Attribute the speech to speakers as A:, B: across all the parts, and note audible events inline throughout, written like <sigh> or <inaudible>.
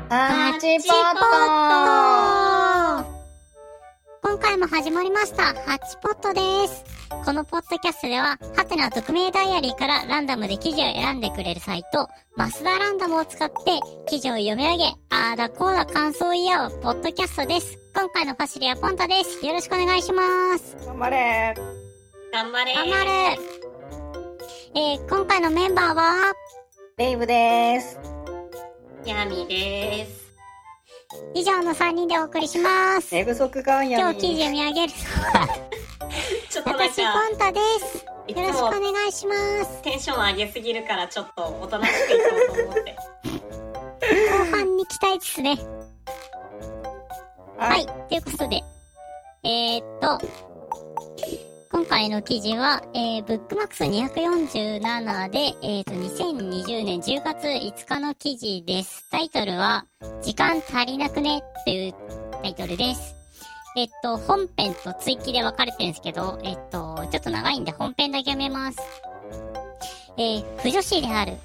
A: チポット
B: 今回も始まりました、ハッチポットです。このポッドキャストでは、ハテナ匿名ダイアリーからランダムで記事を選んでくれるサイト、マスダランダムを使って記事を読み上げ、あーだこうだ感想を言い合うポッドキャストです。今回のパシリはポンタです。よろしくお願いします。
A: 頑張れ
C: 頑張れ
B: 頑張るえー、今回のメンバーは、
A: デイブです。
C: ヤミです。
B: 以上の3人でお送りします。
A: 寝不足感や
B: 今日記事読み上げる。
C: ちょっとなん
B: 私、
C: か、
B: ポンタです。
C: いつ
B: よろしくお
C: も
B: 願いします。
C: テンション上げすぎるから、ちょっとおとなしくいこうと思って。
B: 後半に期待ですね。
A: は。
B: はいい。ということで、えー、っと、今回の記事は、えー、ブックマックス247で、えー、っと、2020年10月5日の記事です。タイトルは、時間足りなくねっていうタイトルです。えっと、本編と追記で分かれてるんですけど、えっと、ちょっと長いんで本編だけ読めます。えー、不女子である。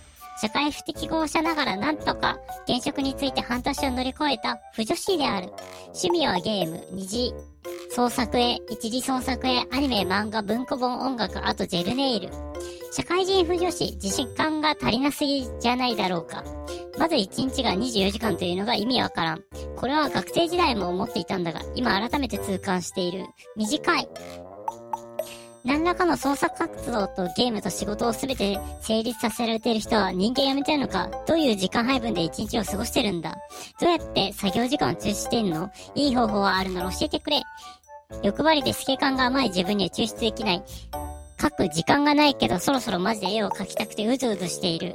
B: 社会不適合者ながらなんとか現職について半年を乗り越えた不女子である。趣味はゲーム、二次創作へ、一次創作へ、アニメ、漫画、文庫本、音楽、あとジェルネイル。社会人不女子、自信感が足りなすぎじゃないだろうか。まず1日が24時間というのが意味わからん。これは学生時代も思っていたんだが、今改めて痛感している。短い。何らかの創作活動とゲームと仕事を全て成立させられている人は人間やめてるのかどういう時間配分で一日を過ごしてるんだどうやって作業時間を中止してんのいい方法はあるなら教えてくれ。欲張りで透け感が甘い自分には抽出できない。書く時間がないけどそろそろマジで絵を描きたくてうずうずしている。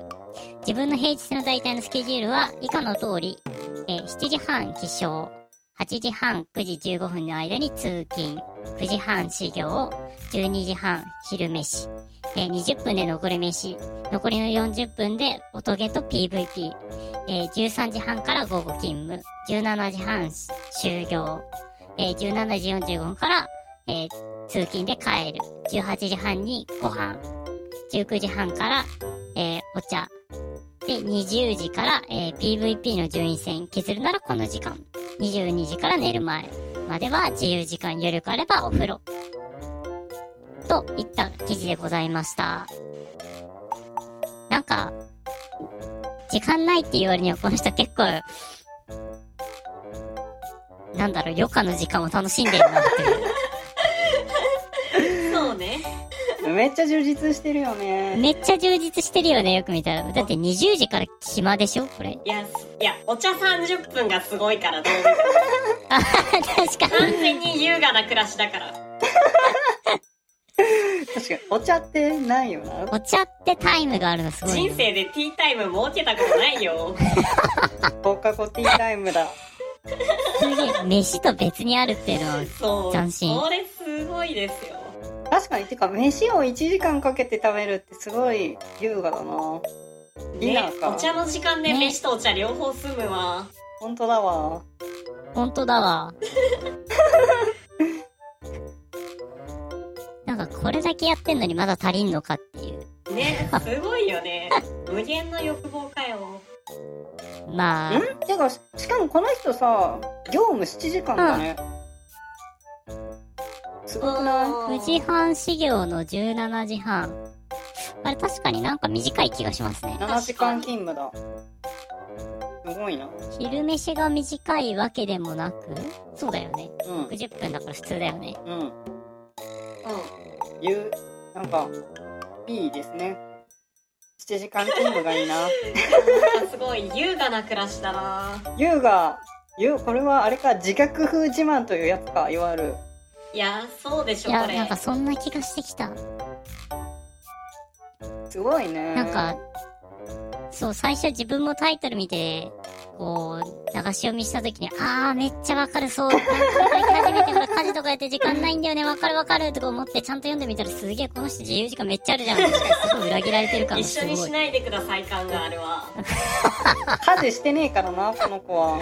B: 自分の平日の大体のスケジュールは以下の通り、えー7時半起床、8時半9時15分の間に通勤、9時半始業、12時半昼飯、えー20分で残り飯、残りの40分で音ゲと PVP、えー13時半から午後勤務、17時半終業、えー17時45分から、えー通勤で帰る、18時半にご飯、19時半から、えーお茶、で、20時から、えー PVP の順位戦削るならこの時間、22時から寝る前までは自由時間余力あればお風呂、といった記事でございました。なんか、時間ないって言われにはこの人結構、なんだろう、余暇の時間を楽しんでるなっていう。
C: そうね。
A: めっちゃ充実してるよね。
B: めっちゃ充実してるよね、よく見たら。だって20時から暇でしょこれ。
C: いや、すいや、お茶30分がすごいから、どう見ても
B: 確か
C: 完
B: に。
C: 全に優雅な暮らしだから。
A: 確かに、お茶ってないよな。
B: お茶ってタイムがあるのすごい
C: 人
B: ね。
C: 生でティータイム設けたことないよ。
A: 放課後ティータイムだ。
B: それで飯と別にあるっていうのは、
C: そう。
B: 斬新
C: それすごいですよ。
A: 確かに、てか、飯を1時間かけて食べるってすごい優雅だな。いいな
C: ね
A: ん、か
C: お茶の時間で
B: ね
C: 飯とお茶両方済むわ。
A: ほんとだわ。
B: 本当だわ。なんかこれだけやってんのにまだ足りんのかっていう。
C: ね、すごいよね。無限の欲望かよ。
B: まあ、
A: んてか、ししかもこの人さ、業務7時間だね。すごくない
B: 9時半始業の17時半。あれ確かになんか短い気がしますね。
A: 7時間勤務だすごいな
B: 昼飯が短いわけでもなく、そうだよね。
A: う
B: 60分だから普通だよね。
A: んうん
C: う
A: 言うなんかいいですね7時間勤務がいいな
C: ん。なんかすごい優雅な暮らしだな。
A: 優雅優これはあれか自虐風自慢というやつかいわゆる
C: いや、そうでし
B: い
C: ょ、
B: や、
C: これ。
B: なんかそんな気がしてきた。
A: すごいね
B: なんか、そう、最初自分もタイトル見て、こう、流し読みしたときに、あー、めっちゃわかる、そう、なんか書き始めてから家事とかやって時間ないんだよね、わかるわかる、とか思って、ちゃんと読んでみたら、すげえ、この人自由時間めっちゃあるじゃん。すごい裏切られてる感が
C: 一
B: す
C: 緒に
B: ご
C: し
B: い。
C: ないでください感があるわ。
A: 家事してねえからなこの子は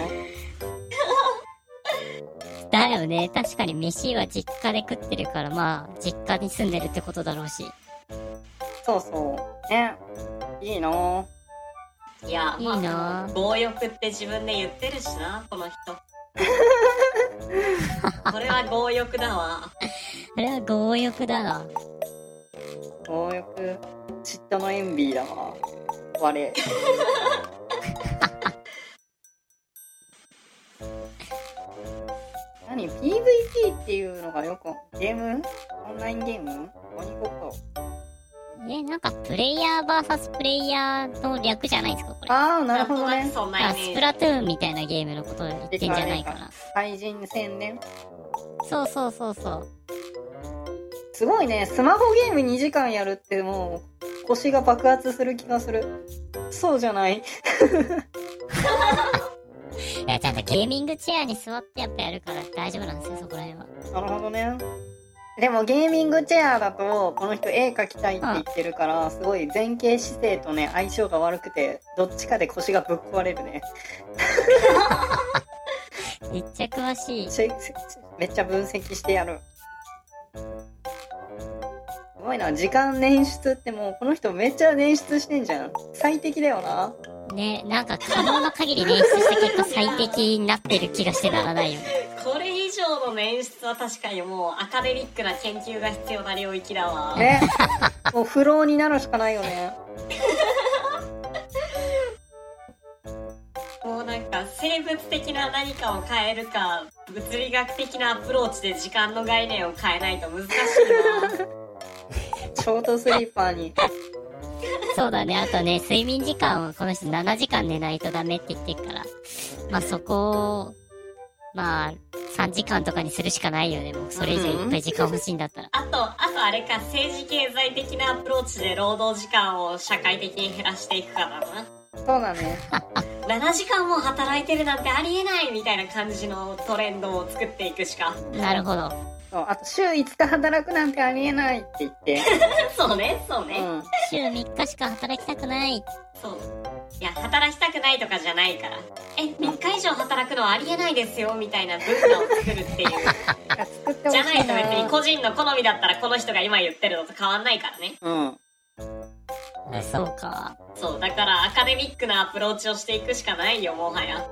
B: だよね、確かに飯は実家で食ってるから、まあ、実家に住んでるってことだろうし。
A: そうそうねいいな
C: いや、
B: いいなぁ
C: 強欲って自分で言ってるしな、この
B: <laughs>
C: 人。それは強欲だわ。
B: あれは強欲だな。
A: 強欲嫉妬のエンビーだわ我何 PVP っていうのがよくゲームオンラインゲーム鬼ごっこ
B: え、なんかプレイヤー VS プレイヤーの略じゃないですか、これ。
A: ああなるほ
C: んと
A: ど
C: な
A: ね
C: くそんな
B: あ
C: イメー
B: ス
C: ジ。
B: プラトゥーンみたいなゲームのことを言ってんじゃないかな。
A: 対人戦ね
B: そうそうそうそう。
A: すごいねスマホゲーム2時間やるってもう腰が爆発する気がするそうじゃない
B: いや、ちゃんとゲーミングチェアに座ってやっぱやるから大丈夫なんですよ、そこら辺は。
A: なるほどね。でもゲーミングチェアだとこの人絵描きたいって言ってるからすごい前傾姿勢とね相性が悪くてどっちかで腰がぶっ壊れるね <laughs>
B: めっちゃ詳しい。
A: せせめっちゃ分析してやるすごいな時間捻出ってもうこの人めっちゃ捻出してんじゃん最適だよな
B: ね、なんか可能な限り練習した結果最適になってる気がしてならないよね。
C: これ以上の捻出は確かにもうアカデミックな研究が必要な領域だわ。
A: ねもう不老になるしかないよね
C: もうなんか生物的な何かを変えるか、物理学的なアプローチで時間の概念を変えないと難しいな。
A: ショートスリーパーに
B: そうだね、あとね、睡眠時間をこの人7時間寝ないとダメって言ってるから、まあそこを、まあ3時間とかにするしかないよね、もうそれ以上いっぱい時間欲しいんだったら。
C: あと、あとあれか、政治経済的なアプローチで労働時間を社会的に減らしていくからな。
A: そうだね
C: 7時間も働いてるなんてありえないみたいな感じのトレンドを作っていくしか
B: なるほど。
A: そうあと週5日働くなんてありえないって言って、
C: そうねそうね、
A: うん、
B: 週3日しか働きたくない。
C: そういや働きたくないとかじゃないからえ3日以上働くのはありえないですよみたいな文化を作るっていう
A: あ作ってほ
C: じ
A: し
C: ゃ
A: いな
C: ないと別に個人の好みだったらこの人が今言ってるのと変わんないからね
A: うん
B: あそうか。
C: そうだからアカデミックなアプローチをしていくしかないよもはや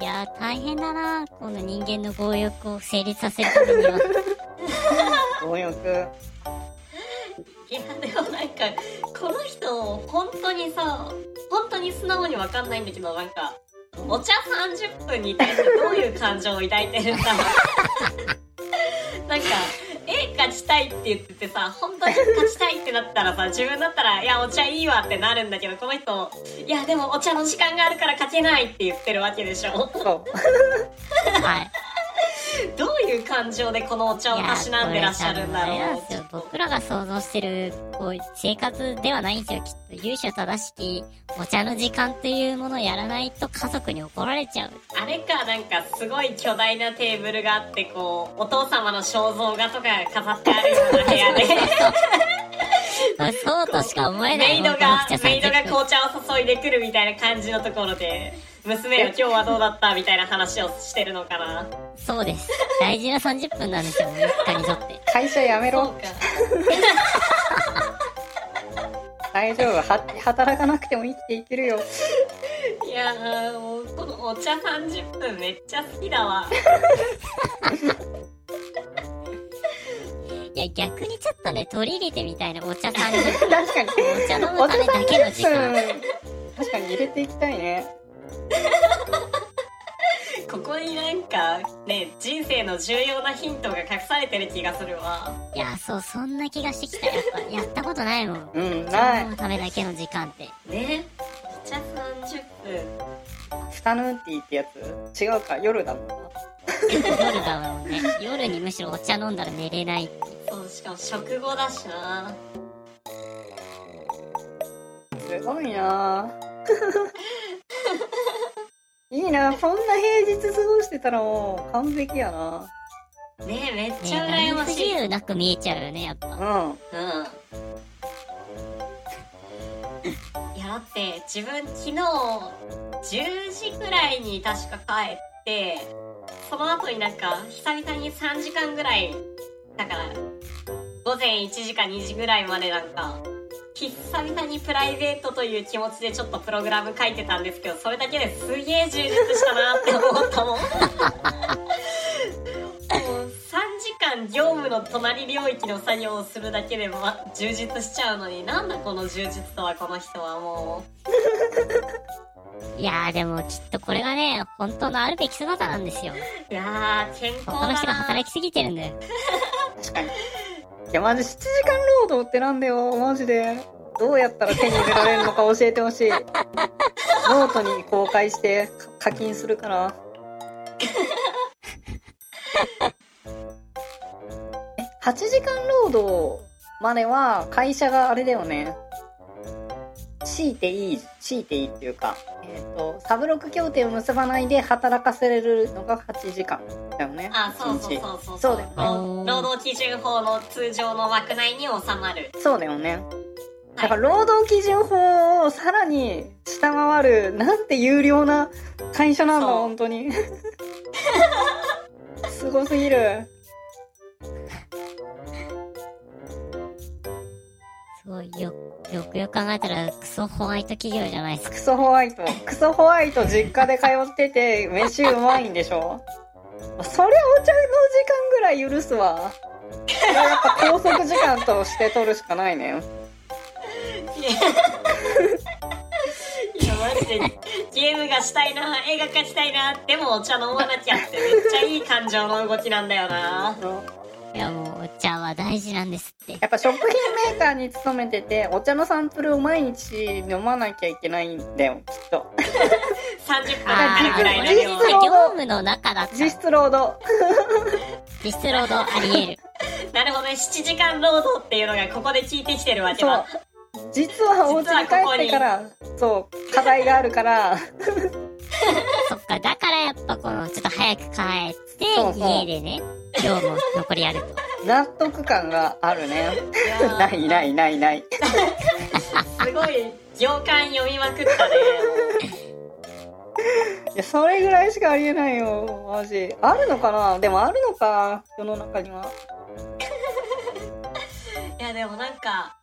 B: いやー大変だな、この人間の強欲を成立させるためには。
A: 強欲
C: いやでもなんかこの人本当にさ本当に素直に分かんないんだけどなんかお茶30分に対してどういう感情を抱いてるんだろうなんか絵描きたいって言っててさ本当に描きたいってなったらさ自分だったら「いやお茶いいわ」ってなるんだけどこの人「いやでもお茶の時間があるから描けない」って言ってるわけでしょ
A: そう
B: はい。
C: どういう感情でこのお茶をたしなんでらっしゃるんだ
B: いやーこれ多分あれなんです
C: ろう
B: よ僕らが想像してるこう生活ではないんですよきっと優秀正しきお茶の時間というものをやらないと家族に怒られち
C: <laughs>
B: ゃう
C: あれかなんかすごい巨大なテーブルがあってこうお父様の肖像画とかが飾ってあるような部屋で
B: そうとしか思えな
C: メ
B: い
C: イドがメイドが
B: こ
C: 紅茶を注いでくるみたいな感じのところで娘よ今日はどうだったみたいな話をしてるのかな
B: うそうです大事な30分なんですよ3日にとって
A: 会社辞め
C: そう
A: ろ
C: か
A: 大丈夫は働かなくても生きていけるよ
C: いやーもうこのお茶30分めっちゃ好きだわ <laughs>
B: いや逆にちょっとね取り入れてみたいなお茶
C: <laughs>
B: さんに
A: 確かに
B: お茶飲むためだけの時間
A: うん確かに入れていきたいね
C: ここになんかね人生の重要なヒントが隠されてる気がするわ
B: いやそうそんな気がしてきたやっぱやったことないもん
A: うん
B: お
A: な
B: 茶
A: い
B: のためだけの時間って
C: ねお茶30分
A: アフタヌーンティーってやつ違うか夜だもんな
B: 夜だもんね夜にむしろお茶飲んだら寝れない
C: そうしかも食後だしな
A: すごいなぁいいなこんな平日過ごしてたらもう完璧やな
C: ねえめっちゃ
B: ね
C: 羨ま
B: 不自
C: しい、
B: 由なく見えちゃうよねやっぱ
A: うん
C: <laughs> うんいやだって自分昨日10時くらいに確か帰ってその後になんか久々に3時間ぐらいだから午前1時か2時ぐらいまでなんか久々にプライベートという気持ちでちょっとプログラム書いてたんですけどそれだけですげえ充実したなって思ったもんもう3時間業務の隣領域の作業をするだけで、ま、充実しちゃうのになんだこの充実とはこの人はも
B: いやーでもきっとこれがね、本当のあるべき姿なんですよ。
C: ういやー健康
B: 他の
C: だ
B: 人が
C: な
B: 働きすぎてるんだよ。
A: 確かに。いや、マジ7時間労働ってなんだよ、マジで。どうやったら手に入れられるのか教えてほしい。ノートに公開してか課金するから。え、8時間労働までは会社があれだよね。強いていい、強いていいっていうか、えっ、と、サブロック協定を結ばないで働かせれるのが8時間だよね。
C: あそうそう
A: 一日
C: そうそう
A: そうだよね
C: 労労働基準法の通常の枠内に収まる
A: そうだよね。
C: はい
A: だから労働基準法をさらに下回る、なんて有料な会社なんだ、
C: そう
A: 本当に。 <laughs> すごすぎる。
B: すごいよ、よくよく考えたらクソホワイト企業じゃないですか。
A: クソホワイト。クソホワイト実家で通ってて、飯うまいんでしょそれお茶の時間ぐらい許すわ。それやっぱ拘束時間として取るしかないね。
C: いやいやマジでゲームがしたいな映画化したいなでもお茶飲まなきゃってめっちゃいい感情の動きなんだよな
B: うんいやもうお茶は大事なんですって。
A: やっぱ食品メーカーに勤めてて、お茶のサンプルを毎日飲まなきゃいけないんだよ、きっと。
C: 30分
B: あ
C: ある
B: ー
C: ぐらいの量
B: 業
A: 実質労働
B: 務の中だった。
A: 実質労働。
B: 実質労働あり
A: <laughs>
B: 得る。
C: なるほどね7時間労働っていうのがここで聞いてきてるわけ
A: そう
C: だ。
A: 実はお家に帰ってから、そう、課題があるから、
B: そっか、だからやっぱこの、ちょっと早く帰って、
A: そうそう
B: 家でね、今日も残りやると。
A: 納得感があるね。
C: いや
A: <laughs>
C: ー
A: ないないないない。
C: すごい行間読みまくったね
A: いや、それぐらいしかありえないよ、マジ。あるのかなでもあるのか、世の中には。
C: いやでもなんか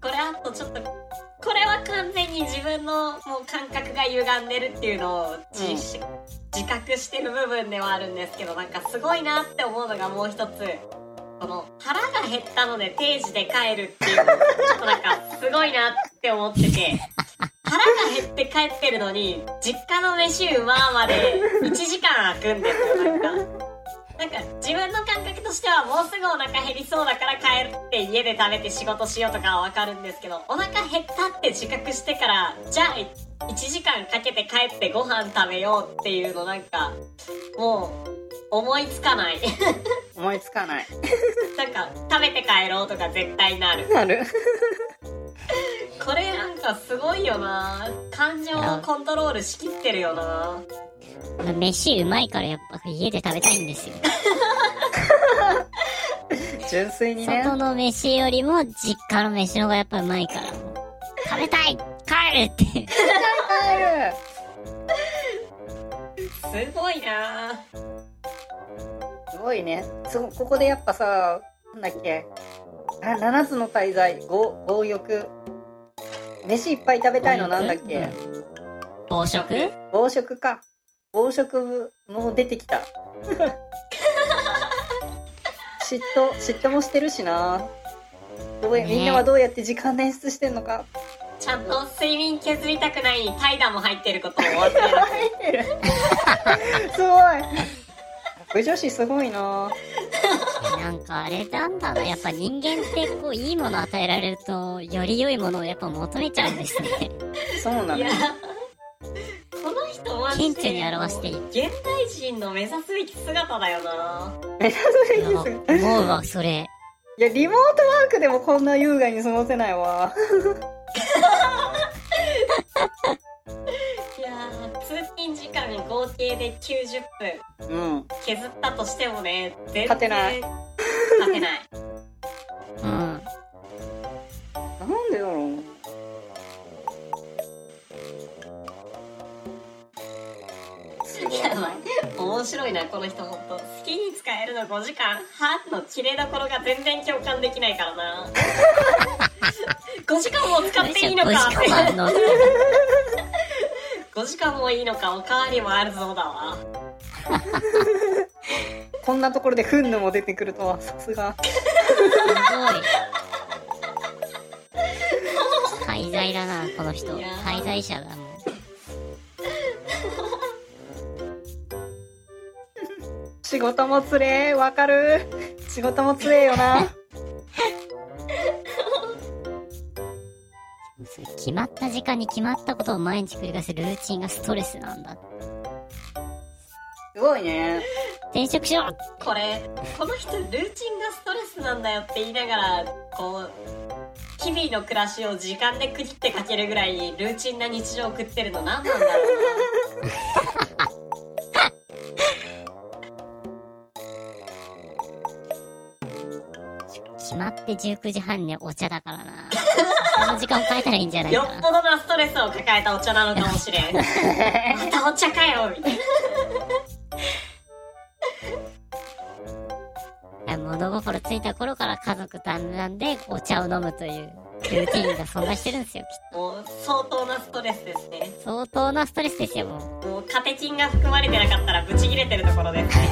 C: これあとちょっとこれは完全に自分のもう感覚が歪んでるっていうのを自,、自覚してる部分ではあるんですけどなんかすごいなって思うのがもう一つこの腹が減ったので定時で帰るっていうのがちょっとなんかすごいなって思ってて。腹が減って帰ってるのに実家の飯うまーまで1時間空くんですよなんか。なんか自分の感覚としてはもうすぐお腹減りそうだから帰って家で食べて仕事しようとかはわかるんですけどお腹減ったって自覚してからじゃあ1時間かけて帰ってご飯食べようっていうのなんかもう思いつかない <laughs>
A: 思いつかない。 <laughs>
C: なんか食べて帰ろうとか絶対なる
A: なる。
C: これなんかすごいよな感情をコントロールしきってるよな
B: まあ飯うまいからやっぱ家で食べたいんですよ。
A: 純粋にね。
B: 外の飯よりも実家の飯の方がやっぱうまいから。食べたい帰るっていう。
A: ある
C: すごいな
A: すごいね。そここでやっぱさ、なんだっけ。あ、7つの滞在、強強欲。飯いっぱい食べたいのなんだっ
B: う
A: け
B: ん。暴食
A: 暴食か。暴食も出てき
C: <laughs>
A: た。嫉妬、嫉妬もしてるしな。どうや、
B: ね
A: みんなはどうやって時間捻出してんの
C: <laughs>
A: か。
C: ちゃんと睡眠削りたくないに怠惰も入ってることを忘れなく
A: 入ってる。すごい。女子すごいな。
B: なんかあれなんだな。やっぱ人間ってこういいもの与えられると、より良いものをやっぱ求めちゃうんですね。
A: そうなの
C: い。やこの人マジで
B: 顕著に表している。
C: 現代人の目指すべき姿だよな
A: めちゃくちゃいいです
C: <laughs>
A: よ。
B: 思うわ、それ。
A: いや、リモートワークでもこんな優雅に過ごせないわ。
C: いやー通勤時間合計で90分
A: うん。
C: 削ったとしてもね全然
A: 勝てない
C: 勝てない
B: うん。
A: なんでだろう。
C: やばい面白いなこの人ほんと好きに使えるの5時間はの切れどころが全然共感できないからな5時間も使っていいのか
B: 5時
A: <laughs>
B: 間の
C: 5時間もいいのかおかわりもあるぞだわ
A: こんなところで憤怒も出てくるとはさすが
B: すごい廃材だなこの人
C: いやー
B: 廃材者だもう
A: 仕事もつれえわかる仕事もつれえよな
B: そういう決まった時間に決まったことを毎日繰り返すルーチンがストレスなん
A: <laughs>
B: だ
A: すごいね
B: 転職しろ
C: これこの人ルーチンがストレスなんだよって言いながらこう日々の暮らしを時間で区切ってかけるぐらいルーチンな日常を送ってるの何なんだろ
B: 決まって19時半にお茶だからなその時間を変えたらいいんじゃな
C: う
B: い
C: よ
B: か
C: っ
B: な
C: ぽどなストレスを抱えたお茶なのかもしれんまたお茶かよみたいない
B: や物心ついた頃から家族団らんでお茶を飲むというルーティンが存在してるんですよきっ
C: もう相当なストレスですね
B: と相当なストレスですよもう
C: もうカテキンが含まれてなかったらブチ切れてるところですね